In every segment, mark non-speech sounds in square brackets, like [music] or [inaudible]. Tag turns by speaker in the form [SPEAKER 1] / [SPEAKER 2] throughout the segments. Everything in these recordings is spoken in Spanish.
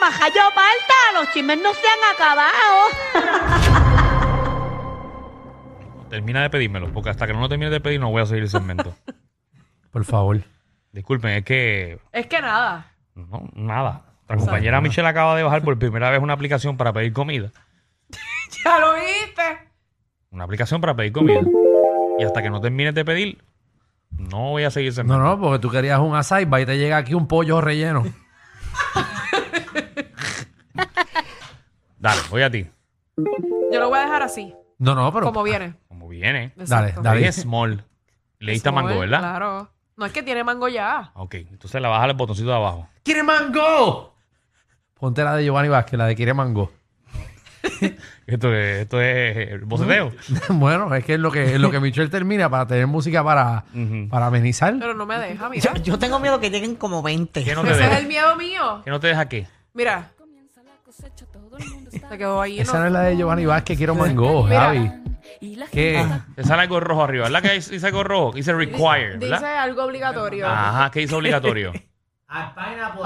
[SPEAKER 1] majayo palta, los chismes no se han acabado.
[SPEAKER 2] Termina de pedírmelo, porque hasta que no lo termine de pedir no voy a seguir el
[SPEAKER 3] [laughs]
[SPEAKER 2] segmento.
[SPEAKER 4] Por favor.
[SPEAKER 2] Disculpen, es que
[SPEAKER 3] Es que nada. [laughs]
[SPEAKER 2] no, nada. La compañera Michelle acaba de bajar por primera vez una aplicación para pedir comida.
[SPEAKER 3] Ya lo viste.
[SPEAKER 2] Una aplicación para pedir comida. Y hasta que no termines de pedir, no voy a seguir el
[SPEAKER 4] No,
[SPEAKER 2] segmento.
[SPEAKER 4] no, porque tú querías un acaiba y te llega aquí un pollo relleno.
[SPEAKER 2] Dale, voy a ti.
[SPEAKER 3] Yo lo voy a dejar así,
[SPEAKER 4] No, no, pero.
[SPEAKER 3] como viene.
[SPEAKER 2] Como viene.
[SPEAKER 4] Dale,
[SPEAKER 3] Exacto.
[SPEAKER 4] dale.
[SPEAKER 2] Ahí es small. Le diste a
[SPEAKER 3] Small,
[SPEAKER 2] mango, ¿verdad?
[SPEAKER 3] Claro. No es que tiene mango ya.
[SPEAKER 2] Ok, entonces le bajas el botoncito de abajo.
[SPEAKER 4] ¡Quiere mango! Ponte la de Giovanni Vázquez, la de quiere mango. [laughs]
[SPEAKER 2] Esto es, esto es el boceteo.
[SPEAKER 4] bueno, es que es lo que, es lo que Michelle termina para tener música para,
[SPEAKER 2] Ujú.
[SPEAKER 4] para amenizar.
[SPEAKER 3] Pero no me deja, mira.
[SPEAKER 5] Yo, yo tengo miedo que lleguen como 20.
[SPEAKER 2] ¿Qué no te
[SPEAKER 3] Ese es
[SPEAKER 2] deja?
[SPEAKER 3] el miedo mío.
[SPEAKER 2] ¿Qué no te deja qué?
[SPEAKER 3] Mira, se quedó ahí.
[SPEAKER 4] Esa no
[SPEAKER 3] ¿no?
[SPEAKER 4] es la de Giovanni Vázquez, quiero mango,
[SPEAKER 3] Mira.
[SPEAKER 4] Javi. ¿Qué?
[SPEAKER 2] Te sale algo rojo arriba, ¿verdad? Que dice algo rojo, que dice require,
[SPEAKER 3] Dice
[SPEAKER 2] ¿verdad? Ah.
[SPEAKER 3] algo obligatorio.
[SPEAKER 2] Ajá, que dice obligatorio.
[SPEAKER 3] Ah,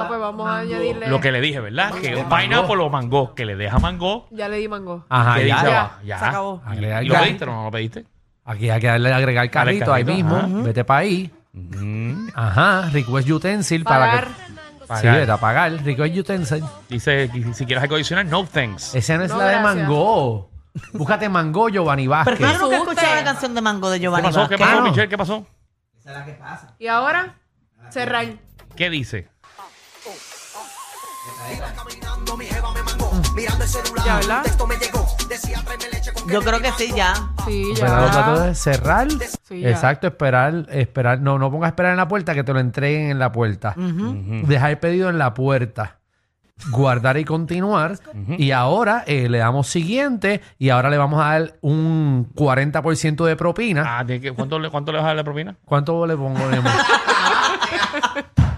[SPEAKER 3] pues vamos a añadirle.
[SPEAKER 2] Lo que le dije, ¿verdad? Que un pineapple o mango, que le deja mango.
[SPEAKER 3] Ya le di mango.
[SPEAKER 4] Ajá,
[SPEAKER 2] que
[SPEAKER 4] ya.
[SPEAKER 2] dice
[SPEAKER 3] ya,
[SPEAKER 2] abajo, ya.
[SPEAKER 5] se acabó.
[SPEAKER 4] Agregar
[SPEAKER 2] ¿Y lo
[SPEAKER 4] cal-
[SPEAKER 2] pediste o no lo pediste?
[SPEAKER 4] Aquí hay que darle agregar carrito, ahí
[SPEAKER 2] carrito,
[SPEAKER 4] mismo.
[SPEAKER 2] ajá.
[SPEAKER 4] Vete para ahí.
[SPEAKER 2] Mm,
[SPEAKER 4] Ajá, request utensil para
[SPEAKER 3] Pagar.
[SPEAKER 4] que. Sí,
[SPEAKER 2] pagar.
[SPEAKER 4] vete a pagar. Request utensil.
[SPEAKER 2] Dice, que si quieres algo adicional, no thanks.
[SPEAKER 4] Esa no es
[SPEAKER 3] No,
[SPEAKER 4] la de
[SPEAKER 3] gracias.
[SPEAKER 4] mango. Búscate mango, Giovanni
[SPEAKER 5] Pero
[SPEAKER 4] Vázquez.
[SPEAKER 5] yo nunca he
[SPEAKER 3] asuste.
[SPEAKER 5] escuchado la canción de Mango de
[SPEAKER 2] ¿Qué
[SPEAKER 5] Giovanni
[SPEAKER 2] pasó? ¿Qué
[SPEAKER 5] Vázquez.
[SPEAKER 2] pasó,
[SPEAKER 4] no.
[SPEAKER 2] Michelle? ¿Qué pasó?
[SPEAKER 3] Y ahora, cerrar.
[SPEAKER 2] ¿Qué dice?
[SPEAKER 3] Ya, ¿verdad?
[SPEAKER 5] Ah, Yo creo que sí, ya.
[SPEAKER 3] Sí,
[SPEAKER 4] Esperar los datos
[SPEAKER 3] ya.
[SPEAKER 4] de cerrar.
[SPEAKER 3] Sí, ya.
[SPEAKER 4] Exacto, esperar, esperar. No, no pongas esperar en la puerta, que te lo entreguen en la puerta. Dejar el pedido en la puerta. Guardar y continuar. Y ahora eh, le damos siguiente. Y ahora le vamos a dar un 40% de propina.
[SPEAKER 2] Ah, ¿de qué? ¿cuánto, le, ¿Cuánto le vas a dar la propina?
[SPEAKER 4] ¿Cuánto le pongo?
[SPEAKER 2] [laughs]
[SPEAKER 4] Nemo?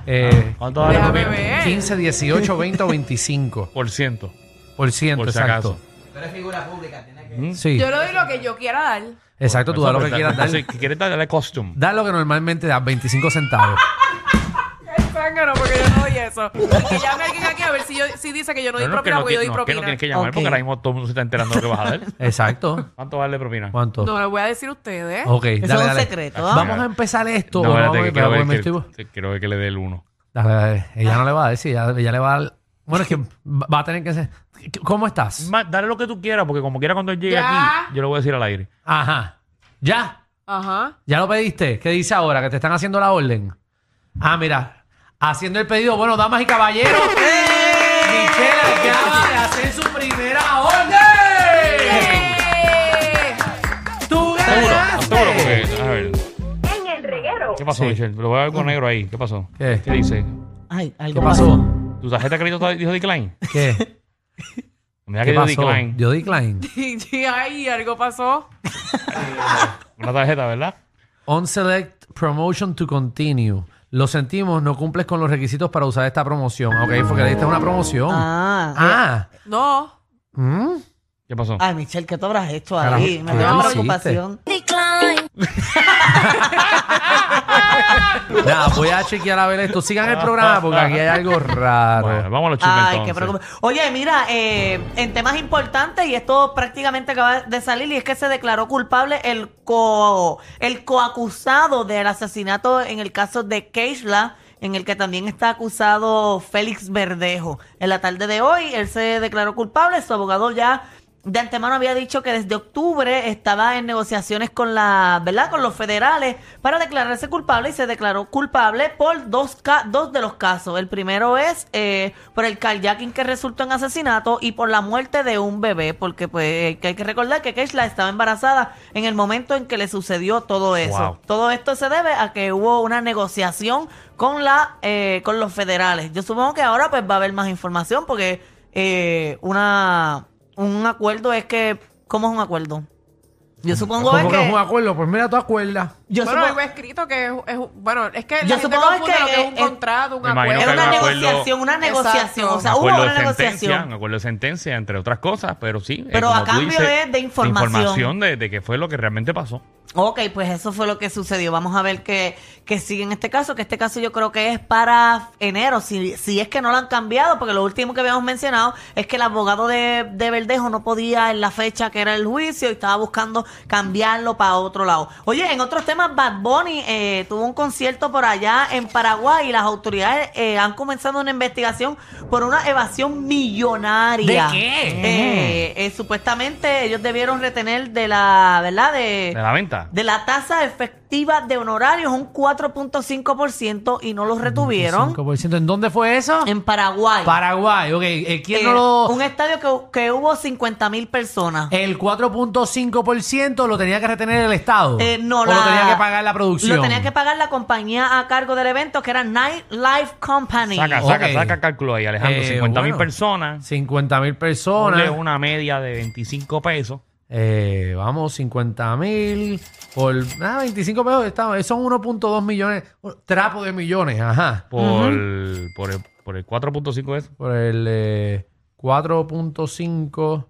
[SPEAKER 4] eh,
[SPEAKER 2] ¿Cuánto vas a dar
[SPEAKER 3] Déjame
[SPEAKER 2] la propina?
[SPEAKER 3] ver.
[SPEAKER 4] 15, 18, 20 o 25
[SPEAKER 2] Por ciento.
[SPEAKER 4] por ciento,
[SPEAKER 2] Por si
[SPEAKER 4] exacto.
[SPEAKER 2] acaso.
[SPEAKER 4] Sí,
[SPEAKER 3] Yo le doy lo que yo quiera dar.
[SPEAKER 4] exacto, tú da lo que quieras dar.
[SPEAKER 2] Si quieres darle costume.
[SPEAKER 4] Da lo que normalmente das, 25 centavos.
[SPEAKER 3] Pángano, porque yo no doy eso. Que llame alguien aquí a ver si, yo, si dice que yo no doy
[SPEAKER 2] Pero no, es que
[SPEAKER 3] propina,
[SPEAKER 2] no,
[SPEAKER 3] porque
[SPEAKER 2] ti-
[SPEAKER 3] yo
[SPEAKER 2] no, es que
[SPEAKER 3] doy
[SPEAKER 2] no
[SPEAKER 3] propina.
[SPEAKER 2] tienes que llamar
[SPEAKER 5] Ok.
[SPEAKER 2] porque ahora mismo todo el mundo se está enterando de lo que vas a dar.
[SPEAKER 4] Exacto.
[SPEAKER 2] ¿Cuánto vale propina?
[SPEAKER 4] [laughs] ¿Cuánto?
[SPEAKER 3] No, le voy a decir a ustedes.
[SPEAKER 4] Ok, dale,
[SPEAKER 5] Eso ¿eh? es un
[SPEAKER 4] dale.
[SPEAKER 5] secreto, ¿ah?
[SPEAKER 4] Vamos a empezar esto.
[SPEAKER 2] No,
[SPEAKER 4] Vamos a
[SPEAKER 2] espérate, que
[SPEAKER 4] ver,
[SPEAKER 2] quiero
[SPEAKER 4] espera,
[SPEAKER 2] ver
[SPEAKER 4] porque me
[SPEAKER 2] que-
[SPEAKER 4] estoy-
[SPEAKER 2] que- quiero ver que le dé el uno.
[SPEAKER 4] Dale, dale. Ella no le va a decir, ella, ella le va a dar... Bueno, es que va va a tener que ser... ¿Cómo estás?
[SPEAKER 2] Ma- dale lo que tú quieras, porque como quiera cuando él llegue
[SPEAKER 3] Ya.
[SPEAKER 2] aquí, yo lo voy a decir al aire.
[SPEAKER 4] Ajá. ¿Ya?
[SPEAKER 3] Ajá.
[SPEAKER 4] ¿Ya lo pediste? ¿Qué dice ahora? ¿Que te están haciendo la orden? Ah, mira. Haciendo el pedido. Bueno, damas y caballeros.
[SPEAKER 5] ¡Eh!
[SPEAKER 4] Michelle acaba de hacer su primera orden.
[SPEAKER 3] ¡Eh!
[SPEAKER 4] ¡Tú
[SPEAKER 3] [laughs]
[SPEAKER 2] Seguro, seguro,
[SPEAKER 4] ganaste!
[SPEAKER 2] porque, a ver. ¿Qué pasó,
[SPEAKER 4] Sí.
[SPEAKER 2] Michelle? Lo voy a ver con negro ahí. ¿Qué pasó?
[SPEAKER 4] ¿Qué?
[SPEAKER 2] ¿Qué dice?
[SPEAKER 5] Ay, algo
[SPEAKER 4] ¿Qué pasó?
[SPEAKER 2] ¿Tu tarjeta de crédito está- dijo decline?
[SPEAKER 4] ¿Qué?
[SPEAKER 2] Mira que
[SPEAKER 4] ¿Qué
[SPEAKER 2] dijo
[SPEAKER 4] pasó?
[SPEAKER 2] decline.
[SPEAKER 4] Yo decline.
[SPEAKER 3] Y ahí algo pasó.
[SPEAKER 2] Una tarjeta, ¿verdad?
[SPEAKER 4] On select promotion to continue. Lo sentimos, no cumples con los requisitos para usar esta promoción. Ok, porque le diste una promoción. Ah.
[SPEAKER 5] Ah.
[SPEAKER 3] No.
[SPEAKER 4] ¿Mm?
[SPEAKER 2] ¿Qué pasó?
[SPEAKER 5] Ay, Michelle, ¿qué tú habrás hecho
[SPEAKER 4] Carajo,
[SPEAKER 5] ahí?
[SPEAKER 4] ¿qué
[SPEAKER 5] Me da
[SPEAKER 4] tú
[SPEAKER 5] preocupación.
[SPEAKER 4] Nada, voy a chequear a ver esto. Sigan el programa porque aquí hay algo raro.
[SPEAKER 2] Bueno, vamos a los chismes
[SPEAKER 5] Ay,
[SPEAKER 2] entonces.
[SPEAKER 5] qué preocupación. Oye, mira, eh, en temas importantes, y esto prácticamente acaba de salir, y es que se declaró culpable el co el coacusado del asesinato en el caso de Keishla, en el que también está acusado Félix Verdejo. En la tarde de hoy, él se declaró culpable, su abogado ya de antemano había dicho que desde octubre estaba en negociaciones con la, ¿verdad? Con los federales para declararse culpable y se declaró culpable por dos, ca- dos de los casos. El primero es eh, por el carjacking que resultó en asesinato y por la muerte de un bebé, porque pues que hay que recordar que Keishla estaba embarazada en el momento en que le sucedió todo eso.
[SPEAKER 2] Wow.
[SPEAKER 5] Todo esto se debe a que hubo una negociación con la eh, con los federales. Yo supongo que ahora pues va a haber más información porque eh, una un acuerdo es que ¿cómo es un acuerdo? Yo supongo
[SPEAKER 4] Como
[SPEAKER 5] es
[SPEAKER 4] que no es un
[SPEAKER 5] que
[SPEAKER 4] acuerdo, pues mira, tú acuerdas.
[SPEAKER 5] Yo
[SPEAKER 3] bueno,
[SPEAKER 5] supongo-
[SPEAKER 3] algo escrito que es, es- bueno, es que
[SPEAKER 5] Yo
[SPEAKER 3] la gente
[SPEAKER 5] supongo
[SPEAKER 3] confunde
[SPEAKER 5] que
[SPEAKER 3] lo que es un
[SPEAKER 5] es-
[SPEAKER 3] contrato, un
[SPEAKER 2] Me imagino
[SPEAKER 3] acuerdo.
[SPEAKER 5] Era
[SPEAKER 2] que
[SPEAKER 5] una
[SPEAKER 2] un acuerdo-
[SPEAKER 5] negociación, una
[SPEAKER 3] Exacto.
[SPEAKER 5] negociación. O sea, hubo
[SPEAKER 2] acuerdo de
[SPEAKER 5] una
[SPEAKER 2] sentencia, un
[SPEAKER 5] negociación.
[SPEAKER 2] acuerdo de sentencia, entre otras cosas, pero sí. eh,
[SPEAKER 5] Pero
[SPEAKER 2] como
[SPEAKER 5] a
[SPEAKER 2] tú
[SPEAKER 5] cambio
[SPEAKER 2] dices,
[SPEAKER 5] de- de información.
[SPEAKER 2] información de, de qué fue lo que realmente pasó.
[SPEAKER 5] Ok, pues eso fue lo que sucedió. Vamos a ver qué, qué sigue en este caso, que este caso yo creo que es para enero, si, si es que no lo han cambiado, porque lo último que habíamos mencionado es que el abogado de, de Verdejo no podía en la fecha que era el juicio y estaba buscando cambiarlo para otro lado. Oye, en otros temas, Bad Bunny eh, tuvo un concierto por allá en Paraguay y las autoridades eh, han comenzado una investigación por una evasión millonaria.
[SPEAKER 6] ¿De qué?
[SPEAKER 5] Eh, eh, supuestamente ellos debieron retener de la, ¿verdad?
[SPEAKER 2] De la venta.
[SPEAKER 5] de la tasa efectiva de honorarios un 4.5% y no los retuvieron
[SPEAKER 4] 5%. ¿En dónde fue eso?
[SPEAKER 5] en Paraguay.
[SPEAKER 4] Paraguay. Ok, eh, ¿quién
[SPEAKER 5] Eh,
[SPEAKER 4] no lo...?
[SPEAKER 5] Un estadio que, que hubo 50 mil personas.
[SPEAKER 4] El 4.5% lo tenía que retener el Estado.
[SPEAKER 5] Eh, no,
[SPEAKER 4] o
[SPEAKER 5] la-
[SPEAKER 4] lo tenía que pagar la producción.
[SPEAKER 5] Lo tenía que pagar la compañía a cargo del evento, que era Nightlife Company.
[SPEAKER 2] Saca, saca,
[SPEAKER 4] Ok.
[SPEAKER 2] saca, cálculo ahí, Alejandro.
[SPEAKER 4] Eh,
[SPEAKER 2] 50 mil
[SPEAKER 4] bueno.
[SPEAKER 2] personas.
[SPEAKER 4] 50 mil
[SPEAKER 2] ponle
[SPEAKER 4] personas.
[SPEAKER 2] una media de 25 pesos.
[SPEAKER 4] Eh, vamos, 50 mil por ah, 25 pesos. está- Son 1.2 millones. un Trapo de millones, ajá.
[SPEAKER 2] por, por el, por el 4.5 es.
[SPEAKER 4] Por el eh, 4.5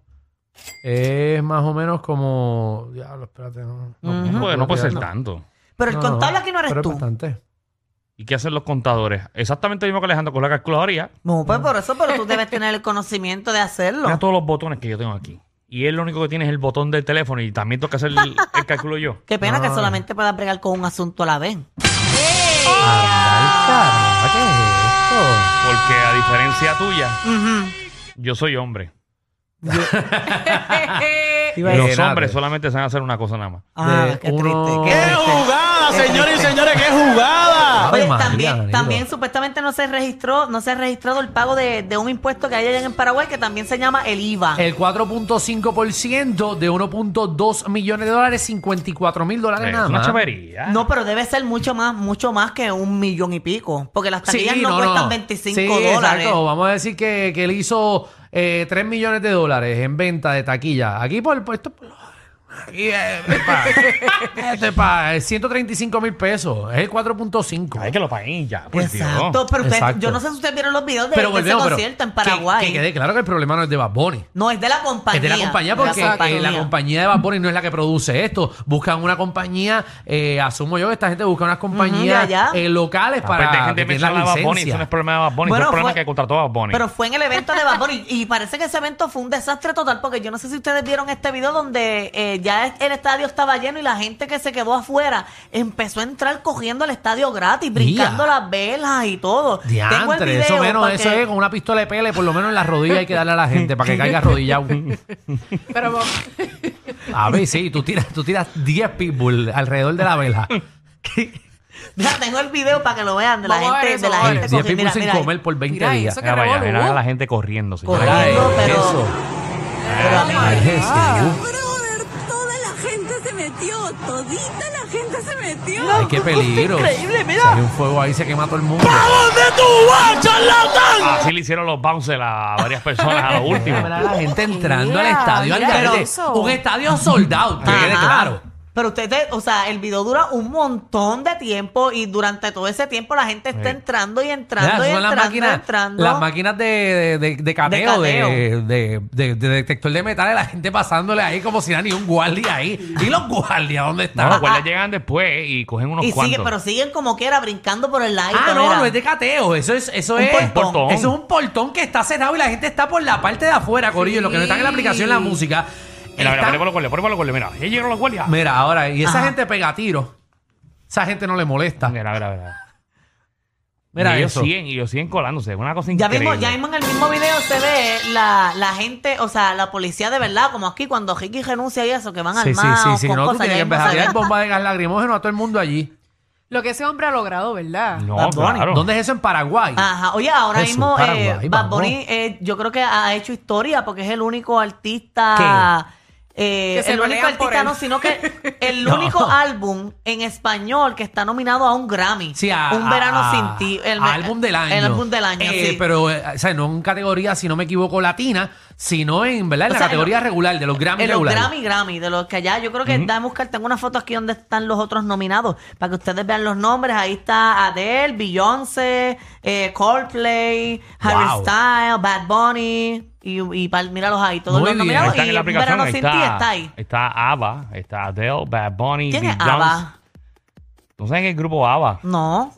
[SPEAKER 4] es más o menos como. Diablo, espérate. No, no,
[SPEAKER 5] Ujú.
[SPEAKER 4] me
[SPEAKER 2] No, puede- no
[SPEAKER 4] puedo
[SPEAKER 6] pues
[SPEAKER 2] puede ser
[SPEAKER 4] quedar-
[SPEAKER 2] tanto.
[SPEAKER 5] Pero el
[SPEAKER 4] no,
[SPEAKER 5] contable aquí no
[SPEAKER 4] pero
[SPEAKER 5] eres
[SPEAKER 4] es
[SPEAKER 5] tú.
[SPEAKER 4] bastante.
[SPEAKER 2] ¿Y qué hacen los contadores? Exactamente lo mismo que Alejandro con la calculadora. y ya.
[SPEAKER 5] No, pues por eso, pero
[SPEAKER 4] [laughs]
[SPEAKER 5] tú debes tener el conocimiento de hacerlo.
[SPEAKER 2] Mira todos los botones que yo tengo aquí. Y él lo único que tiene es el botón del teléfono y también tengo que hacer el, el cálculo yo.
[SPEAKER 5] Qué pena que solamente puedas bregar con un asunto a la vez.
[SPEAKER 4] Andar, caramba, ¿qué es esto?
[SPEAKER 2] Porque a diferencia tuya,
[SPEAKER 5] Ujú.
[SPEAKER 2] yo soy hombre.
[SPEAKER 4] Te
[SPEAKER 2] Y
[SPEAKER 4] iba a
[SPEAKER 2] los
[SPEAKER 4] decir,
[SPEAKER 2] hombres
[SPEAKER 4] nada.
[SPEAKER 2] solamente saben hacer una cosa nada más.
[SPEAKER 5] Eh, Ah,
[SPEAKER 4] De
[SPEAKER 5] qué
[SPEAKER 4] uno-
[SPEAKER 5] triste. Qué
[SPEAKER 4] ¡Qué
[SPEAKER 5] triste.
[SPEAKER 6] jugada, señores y señores! ¡Qué jugada!
[SPEAKER 4] Ave
[SPEAKER 5] Oye,
[SPEAKER 4] María,
[SPEAKER 5] Pues, también,
[SPEAKER 4] Danilo.
[SPEAKER 5] también supuestamente no se registró, no se ha registrado el pago de, de un impuesto que hay allá en Paraguay que también se llama el IVA.
[SPEAKER 4] El 4.5% de 1.2 millones de dólares, 54 mil dólares
[SPEAKER 2] Pues, Es
[SPEAKER 4] nada
[SPEAKER 2] una
[SPEAKER 4] más.
[SPEAKER 2] chavería.
[SPEAKER 5] No, pero debe ser mucho más, mucho más que un millón y pico. Porque las taquillas no, cuestan 25
[SPEAKER 4] Sí,
[SPEAKER 5] dólares.
[SPEAKER 4] exacto. Oh, Vamos a decir que, que él hizo eh, 3 millones de dólares en venta de taquilla. Aquí por, por esto... [laughs] Aquí, eh, pa- [laughs] este pa- eh, 135 mil pesos. Es el 4.5.
[SPEAKER 2] Hay que lo paguen ya. Por Dios.
[SPEAKER 5] Exacto, pero ustedes-
[SPEAKER 4] Exacto.
[SPEAKER 5] yo no sé si ustedes vieron los videos de,
[SPEAKER 4] pues Pero
[SPEAKER 5] de ese
[SPEAKER 4] volvemos, pero
[SPEAKER 5] concierto en
[SPEAKER 4] que-
[SPEAKER 5] Paraguay.
[SPEAKER 4] Que, quede claro que el problema no es de Bad Bunny.
[SPEAKER 5] No, es de la compañía.
[SPEAKER 4] Es de la compañía porque eh, la compañía de Bad Bunny no es la que produce esto. Buscan una compañía, eh, asumo yo que esta gente busca unas compañías
[SPEAKER 5] de allá.
[SPEAKER 4] eh, locales
[SPEAKER 2] Aparte, hay
[SPEAKER 4] para
[SPEAKER 2] Ah, pues, gente
[SPEAKER 4] que
[SPEAKER 2] que
[SPEAKER 4] tengan
[SPEAKER 2] menciona a
[SPEAKER 4] la
[SPEAKER 2] Bad Bunny. Eso no
[SPEAKER 4] licencia.
[SPEAKER 2] es problema de Bad Bunny. eso
[SPEAKER 5] Bueno,
[SPEAKER 2] es problema
[SPEAKER 5] fue-
[SPEAKER 2] que contrató a Bad Bunny.
[SPEAKER 5] Pero fue en el evento de Bad Bunny y parece que ese evento fue un desastre total porque yo no sé si ustedes vieron este video donde eh, ya es- el estadio estaba lleno y la gente que se quedó afuera empezó a entrar cogiendo al estadio gratis, brincando
[SPEAKER 4] Ya.
[SPEAKER 5] las velas y todo. Tengo el
[SPEAKER 4] Diantre,
[SPEAKER 5] video
[SPEAKER 4] eso menos,
[SPEAKER 5] para
[SPEAKER 4] eso
[SPEAKER 5] que-
[SPEAKER 4] es con una pistola de pele, por lo menos en la rodilla hay que darle a la gente para que
[SPEAKER 5] [laughs]
[SPEAKER 4] caiga arrodillado.
[SPEAKER 3] Pero vos- [laughs]
[SPEAKER 4] A ver, sí, tú tiras, tú tiras 10 pitbull alrededor de la vela.
[SPEAKER 5] Mira, tengo el video para que lo vean de la
[SPEAKER 3] Vamos a ver
[SPEAKER 5] gente,
[SPEAKER 3] eso,
[SPEAKER 5] de la
[SPEAKER 3] vamos a ver
[SPEAKER 5] gente
[SPEAKER 4] 10 pitbull
[SPEAKER 5] cogiendo. Mira,
[SPEAKER 4] sin
[SPEAKER 5] mira,
[SPEAKER 4] comer por 20
[SPEAKER 3] Mira
[SPEAKER 4] días.
[SPEAKER 3] eso que
[SPEAKER 2] Mira, vaya,
[SPEAKER 3] revolú.
[SPEAKER 2] mira a la gente corriendo. señores.
[SPEAKER 5] Corriendo.
[SPEAKER 4] Ay,
[SPEAKER 5] Corriendo, pero-
[SPEAKER 4] eso. Ay, Jesús.
[SPEAKER 7] Pero a ver, toda la gente se metió, todita la gente se metió.
[SPEAKER 4] Ay, qué peligro.
[SPEAKER 5] increíble, mira.
[SPEAKER 4] Salió un fuego ahí, se quema todo el mundo.
[SPEAKER 2] Así le hicieron los bouncers a varias personas a lo
[SPEAKER 5] [laughs]
[SPEAKER 2] último.
[SPEAKER 4] Mira la gente entrando al
[SPEAKER 3] Mira,
[SPEAKER 4] estadio. al
[SPEAKER 3] mira
[SPEAKER 4] garete.
[SPEAKER 3] eso.
[SPEAKER 4] Un estadio soldado, que quede
[SPEAKER 5] Ajá.
[SPEAKER 4] claro.
[SPEAKER 5] Pero ustedes, o sea, el video dura un montón de tiempo y durante todo ese tiempo la gente está
[SPEAKER 2] Sí.
[SPEAKER 5] entrando y
[SPEAKER 4] Mira,
[SPEAKER 5] entrando y
[SPEAKER 4] son las
[SPEAKER 5] entrando,
[SPEAKER 4] máquinas,
[SPEAKER 5] entrando.
[SPEAKER 4] las máquinas de, de, de, de cateo, de,
[SPEAKER 5] cateo.
[SPEAKER 4] de- de- de detector de metales, la gente pasándole ahí como si era ni un guardia ahí. ¿Y los guardias dónde
[SPEAKER 2] No,
[SPEAKER 4] están?
[SPEAKER 2] los guardias llegan después y cogen unos
[SPEAKER 5] ah, Y
[SPEAKER 2] cuantos.
[SPEAKER 5] sigue, pero siguen como quiera brincando por el aire.
[SPEAKER 4] Ah, no,
[SPEAKER 5] mira.
[SPEAKER 4] no es de cateo. Eso es, eso
[SPEAKER 5] Un
[SPEAKER 4] es.
[SPEAKER 5] portón.
[SPEAKER 2] Un portón.
[SPEAKER 4] Eso es un portón que está cerrado y la gente está por la parte de afuera, Corillo. Los que no están en la aplicación la música.
[SPEAKER 2] Mira, mira,
[SPEAKER 4] están-
[SPEAKER 2] ponle por los guardias, ponle por los guardias. Mira, ya llegaron los guardias.
[SPEAKER 4] Mira, ahora, y esa
[SPEAKER 5] Ajá.
[SPEAKER 4] gente pega tiros. Esa gente no le molesta.
[SPEAKER 2] Mira, mira, mira.
[SPEAKER 4] Mira
[SPEAKER 2] y ellos
[SPEAKER 4] eso.
[SPEAKER 2] siguen, y ellos siguen colándose. Una cosa
[SPEAKER 5] Ya
[SPEAKER 2] increíble.
[SPEAKER 5] mismo, ya mismo en el mismo video se ve la, la gente, o sea, la policía de verdad, como aquí cuando Ricky renuncia y eso, que van
[SPEAKER 4] Sí, sí,
[SPEAKER 5] armados
[SPEAKER 4] sí, sí.
[SPEAKER 5] con
[SPEAKER 4] No, tú
[SPEAKER 5] cosas,
[SPEAKER 4] tienes
[SPEAKER 5] ya
[SPEAKER 4] que
[SPEAKER 5] mismo
[SPEAKER 4] empezar a
[SPEAKER 5] se ve.
[SPEAKER 4] tirar bombas de gas lacrimógeno a todo el mundo allí.
[SPEAKER 3] lo que ese hombre ha logrado, ¿verdad?
[SPEAKER 2] No,
[SPEAKER 5] Bad Bunny.
[SPEAKER 2] claro.
[SPEAKER 4] ¿Dónde es eso en Paraguay?
[SPEAKER 5] Ajá. Oye, ahora
[SPEAKER 4] Jesús,
[SPEAKER 5] mismo eh,
[SPEAKER 4] Paraguay,
[SPEAKER 5] Bad
[SPEAKER 4] vamos.
[SPEAKER 5] Bunny, eh, yo creo que ha hecho historia porque es el único artista eh,
[SPEAKER 3] Que se
[SPEAKER 5] el único
[SPEAKER 3] pelean por
[SPEAKER 5] artista,
[SPEAKER 3] él.
[SPEAKER 5] no, sino que el
[SPEAKER 4] No.
[SPEAKER 5] único álbum en español que está nominado a un Grammy.
[SPEAKER 4] Sí, a-
[SPEAKER 5] un verano
[SPEAKER 4] a-
[SPEAKER 5] sin ti. El
[SPEAKER 4] a álbum del año.
[SPEAKER 5] El álbum del año,
[SPEAKER 4] Eh,
[SPEAKER 5] sí.
[SPEAKER 4] Pero, eh, o sea, no en categoría, si no me equivoco, latina, sino en, ¿verdad? En
[SPEAKER 5] O
[SPEAKER 4] la
[SPEAKER 5] sea,
[SPEAKER 4] categoría
[SPEAKER 5] en-
[SPEAKER 4] regular, de los Grammy
[SPEAKER 5] En los
[SPEAKER 4] regulares.
[SPEAKER 5] Grammy, Grammy, de los que allá, yo creo que dame buscar, tengo una foto aquí donde están los otros nominados, para que ustedes vean los nombres, ahí está Adele, Beyoncé, eh, Coldplay, Harry
[SPEAKER 4] Wow.
[SPEAKER 5] Styles, Bad Bunny, y, y pa- míralos ahí, todos
[SPEAKER 4] Muy
[SPEAKER 5] los
[SPEAKER 2] Ahí
[SPEAKER 4] bien.
[SPEAKER 5] nominados,
[SPEAKER 2] están en
[SPEAKER 5] y
[SPEAKER 2] la aplicación.
[SPEAKER 5] Verano
[SPEAKER 2] Ahí
[SPEAKER 5] Sin Ti está
[SPEAKER 2] está,
[SPEAKER 5] ahí.
[SPEAKER 2] está ABBA, está Adele, Bad Bunny,
[SPEAKER 5] ¿Quién
[SPEAKER 2] Big
[SPEAKER 5] es
[SPEAKER 2] Guns.
[SPEAKER 5] ABBA?
[SPEAKER 2] ¿Tú sabes qué grupo ABBA?
[SPEAKER 5] No,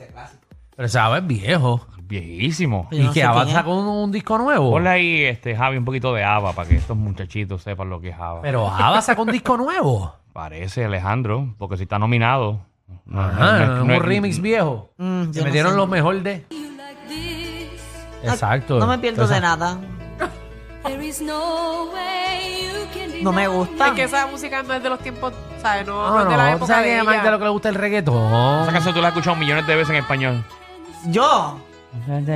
[SPEAKER 4] Pero ese es viejo.
[SPEAKER 2] Viejísimo.
[SPEAKER 5] Yo
[SPEAKER 4] y
[SPEAKER 5] no
[SPEAKER 4] que
[SPEAKER 5] sé quién
[SPEAKER 4] avanza
[SPEAKER 5] es.
[SPEAKER 4] con un, un disco nuevo.
[SPEAKER 2] Ponle ahí, este, Javi, un poquito de ABBA para que estos muchachitos sepan lo que es ABBA.
[SPEAKER 4] Pero avanza con disco nuevo.
[SPEAKER 2] Parece, Alejandro, porque si está nominado. [laughs] no-
[SPEAKER 4] Ajá,
[SPEAKER 2] no- no-
[SPEAKER 4] Ah, un
[SPEAKER 2] no-
[SPEAKER 4] remix viejo.
[SPEAKER 5] Mm, yo
[SPEAKER 4] Se
[SPEAKER 5] no
[SPEAKER 4] metieron
[SPEAKER 5] sé.
[SPEAKER 4] lo mejor de. Exacto.
[SPEAKER 5] no me pierdo
[SPEAKER 4] Entonces,
[SPEAKER 5] de nada, no me gusta.
[SPEAKER 3] Es que esa música no es de los tiempos, ¿sabes? No, no
[SPEAKER 4] No,
[SPEAKER 5] Ah,
[SPEAKER 3] es de la
[SPEAKER 4] no, ¿tú
[SPEAKER 3] época
[SPEAKER 4] sabes
[SPEAKER 3] de
[SPEAKER 4] que más de lo
[SPEAKER 3] ella.
[SPEAKER 4] que le gusta el reggaetón?
[SPEAKER 2] Esa canción tú la has escuchado millones de veces en español.
[SPEAKER 5] Yo, en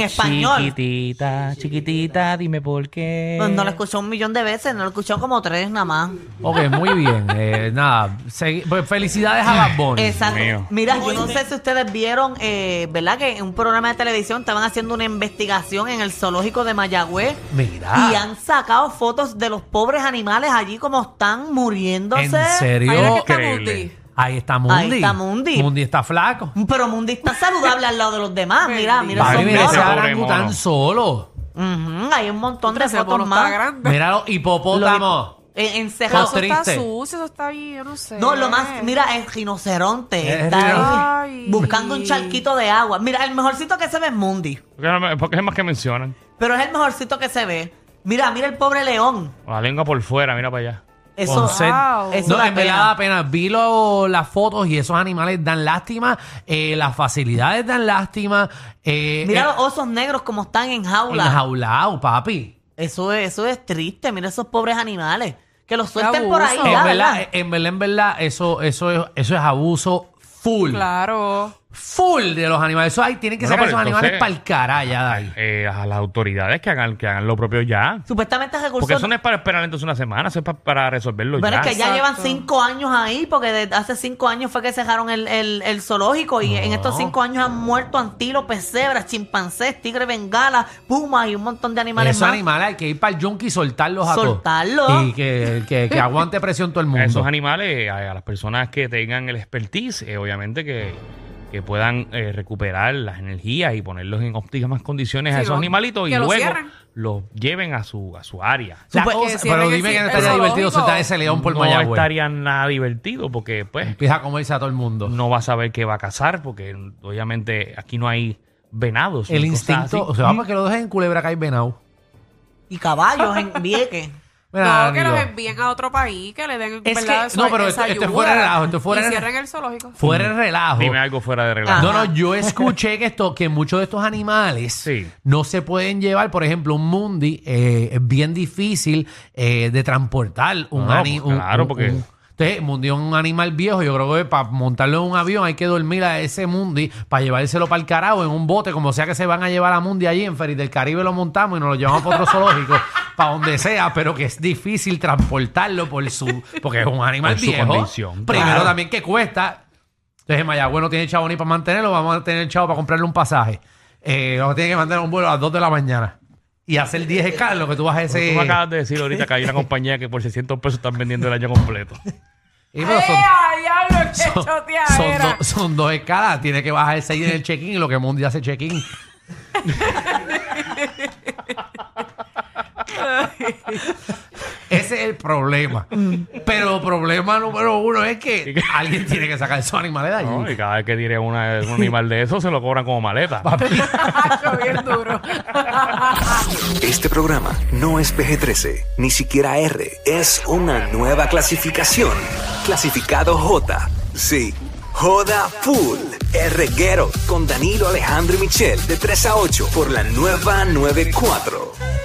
[SPEAKER 5] español,
[SPEAKER 2] Eh, Chiquitita, chiquitita, dime por qué.
[SPEAKER 5] pues
[SPEAKER 4] Eh.
[SPEAKER 5] no la escuché un millón de veces, no la escuché como tres nada más.
[SPEAKER 4] Ok, muy bien. Eh, nada, segui- pues felicidades a Bad Bunny.
[SPEAKER 5] Exacto.
[SPEAKER 2] mío.
[SPEAKER 5] Mira, yo no sé si ustedes vieron, eh, ¿verdad? Que en un programa de televisión estaban haciendo una investigación en el zoológico de Mayagüez.
[SPEAKER 4] Mira.
[SPEAKER 5] Y han sacado fotos de los pobres animales allí como están muriéndose.
[SPEAKER 4] ¿En serio?
[SPEAKER 3] Ahí era que está
[SPEAKER 2] Increíble.
[SPEAKER 3] Muti.
[SPEAKER 4] Ahí está Mundi.
[SPEAKER 5] Ahí está Mundi.
[SPEAKER 4] Mundi está flaco.
[SPEAKER 5] Pero Mundi está saludable al lado de
[SPEAKER 3] [laughs]
[SPEAKER 5] los demás. Mira, mira,
[SPEAKER 4] Papi,
[SPEAKER 5] son
[SPEAKER 4] mira ese
[SPEAKER 5] monos.
[SPEAKER 2] pobre
[SPEAKER 4] orangután
[SPEAKER 2] mono.
[SPEAKER 4] solo.
[SPEAKER 5] Ujú, hay un montón de
[SPEAKER 3] Ese mono
[SPEAKER 5] fotos
[SPEAKER 3] está
[SPEAKER 5] más.
[SPEAKER 3] grande.
[SPEAKER 4] Mira los hipopótamos.
[SPEAKER 5] eh,
[SPEAKER 3] Pero
[SPEAKER 5] encerrados.
[SPEAKER 3] eso está
[SPEAKER 4] triste.
[SPEAKER 3] sucio, eso está bien, yo no sé.
[SPEAKER 5] No, lo más, mira, el
[SPEAKER 4] Es Eh,
[SPEAKER 5] rinoceronte. Está ahí
[SPEAKER 3] Ay.
[SPEAKER 5] buscando un charquito de agua. Mira, el mejorcito que se ve es Mundi.
[SPEAKER 2] ¿Por qué, no me- por qué es más que mencionan?
[SPEAKER 5] Pero es el mejorcito que se ve. Mira, mira el pobre león.
[SPEAKER 2] La lengua por fuera, mira para allá.
[SPEAKER 5] Eso, ah,
[SPEAKER 4] Con sed.
[SPEAKER 3] Wow.
[SPEAKER 5] eso
[SPEAKER 4] No,
[SPEAKER 5] da
[SPEAKER 4] en verdad da pena. Vi lo- las fotos y esos animales dan lástima. eh, las facilidades dan lástima. eh,
[SPEAKER 5] Mira
[SPEAKER 4] eh,
[SPEAKER 5] los osos negros como están en jaula.
[SPEAKER 4] enjaulados, papi.
[SPEAKER 5] Eso, es, eso es triste. Mira esos pobres animales. Que los
[SPEAKER 3] Qué
[SPEAKER 5] suelten por ahí.
[SPEAKER 3] abuso.
[SPEAKER 5] ya,
[SPEAKER 4] en,
[SPEAKER 5] ¿verdad?
[SPEAKER 4] verdad, eh, en verdad, en verdad, eso, eso, es, eso es abuso full.
[SPEAKER 3] Claro.
[SPEAKER 4] Full de los animales. Eso ahí tienen que
[SPEAKER 2] Bueno,
[SPEAKER 4] sacar
[SPEAKER 2] pero
[SPEAKER 4] esos animales
[SPEAKER 2] entonces-
[SPEAKER 4] para el carajo ya de ahí.
[SPEAKER 2] Eh, a las autoridades que hagan, que hagan lo propio ya.
[SPEAKER 5] Supuestamente recursos.
[SPEAKER 2] Porque eso no es para esperar entonces una semana, eso es pa- para, resolverlo
[SPEAKER 5] Bueno,
[SPEAKER 2] ya.
[SPEAKER 5] es que ya
[SPEAKER 3] Exacto.
[SPEAKER 5] llevan cinco años ahí, porque desde hace cinco años fue que cerraron el, el- el zoológico y en estos cinco años han muerto antílopes, cebras, chimpancés, tigre bengala, pumas y un montón de animales
[SPEAKER 4] Esos
[SPEAKER 5] más.
[SPEAKER 4] animales hay que ir para el junkie y soltarlos a todos.
[SPEAKER 5] Soltarlos.
[SPEAKER 4] Y que, que- que aguante presión todo el mundo.
[SPEAKER 2] a esos animales, a, a las personas que tengan el expertise, eh, obviamente que, que puedan eh, recuperar las energías y ponerlos en óptimas condiciones a
[SPEAKER 3] Sí,
[SPEAKER 2] esos
[SPEAKER 3] no,
[SPEAKER 2] animalitos y
[SPEAKER 3] que los
[SPEAKER 2] luego
[SPEAKER 3] cierren.
[SPEAKER 2] los lleven a su, a su área.
[SPEAKER 4] La
[SPEAKER 5] Supe-
[SPEAKER 4] cosa-
[SPEAKER 3] que cierren
[SPEAKER 4] pero
[SPEAKER 3] el
[SPEAKER 4] dime que
[SPEAKER 3] ci-
[SPEAKER 4] no
[SPEAKER 3] el
[SPEAKER 4] estaría divertido
[SPEAKER 3] zoológico.
[SPEAKER 4] soltar ese león por
[SPEAKER 2] no
[SPEAKER 4] Mayagüez.
[SPEAKER 2] estaría Mm, nada divertido porque pues
[SPEAKER 4] Empieza a comerse a todo el mundo.
[SPEAKER 2] no va a saber qué va a cazar porque obviamente aquí no hay venados.
[SPEAKER 4] El
[SPEAKER 2] ni cosas
[SPEAKER 4] instinto.
[SPEAKER 2] así. Mm.
[SPEAKER 4] O sea, vamos a que lo dejen en culebra que hay venado.
[SPEAKER 5] Y caballos
[SPEAKER 3] [laughs]
[SPEAKER 5] en Vieques.
[SPEAKER 4] Mira,
[SPEAKER 3] no, que
[SPEAKER 4] Danilo,
[SPEAKER 3] los envíen a otro país, que le den
[SPEAKER 4] Es
[SPEAKER 3] ¿verdad?
[SPEAKER 4] que-
[SPEAKER 3] Eso-
[SPEAKER 4] no, pero
[SPEAKER 3] esa
[SPEAKER 4] esto- esto es
[SPEAKER 3] ayuda.
[SPEAKER 4] fuera de relajo, esto es fuera
[SPEAKER 3] y
[SPEAKER 4] de-
[SPEAKER 3] cierren el zoológico.
[SPEAKER 4] Fuera el relajo.
[SPEAKER 2] Dime algo fuera de relajo.
[SPEAKER 4] No, no, yo escuché que esto, que muchos de estos animales
[SPEAKER 2] Sí.
[SPEAKER 4] no se pueden llevar, por ejemplo, un mundi eh, es bien difícil eh, de transportar un
[SPEAKER 2] No,
[SPEAKER 4] ani-
[SPEAKER 2] pues,
[SPEAKER 4] un-
[SPEAKER 2] claro,
[SPEAKER 4] un-
[SPEAKER 2] porque-
[SPEAKER 4] un- entonces, mundi es un animal viejo. Yo creo que para montarlo en un avión hay que dormir a ese mundi para llevárselo para el carajo en un bote, como sea que se van a llevar a mundi allí en Ferry del Caribe lo montamos y nos lo
[SPEAKER 2] [laughs]
[SPEAKER 4] llevamos para otro zoológico, para donde sea, pero que es difícil transportarlo por su, porque es un animal
[SPEAKER 2] Por su
[SPEAKER 4] viejo.
[SPEAKER 2] condición,
[SPEAKER 4] Primero
[SPEAKER 2] claro.
[SPEAKER 4] también que cuesta, entonces, en Mayagüez no tiene chavo ni para mantenerlo, vamos a tener chavo para comprarle un pasaje. Eh, vamos a tener que mandar un vuelo a las 2 de la mañana y hacer 10 escalas, que tú vas a
[SPEAKER 2] Pero
[SPEAKER 4] ese.
[SPEAKER 2] Tú me acabas de decir ahorita que hay
[SPEAKER 4] [laughs]
[SPEAKER 2] una compañía que por 600 pesos están vendiendo el año completo.
[SPEAKER 4] Y,
[SPEAKER 3] [laughs]
[SPEAKER 4] pero son,
[SPEAKER 3] ¡Eh, a diablo, qué
[SPEAKER 4] son- son
[SPEAKER 3] choteadera!
[SPEAKER 4] dos- son dos escalas, tiene que bajar 6 en el check-in, lo que Mundi hace check-in. Ese es el problema. Pero problema número uno es que alguien tiene que sacar esos animales de allí.
[SPEAKER 2] ¿no? Y cada vez que tire una, un animal de eso, se lo cobran como maleta.
[SPEAKER 3] Hacho, bien duro.
[SPEAKER 8] Este programa no es PG-13, ni siquiera R. Es una nueva clasificación. Clasificado J. Sí. Joda Full. El reguero con Danilo Alejandro y Michel de 3 a 8 por la nueva 94.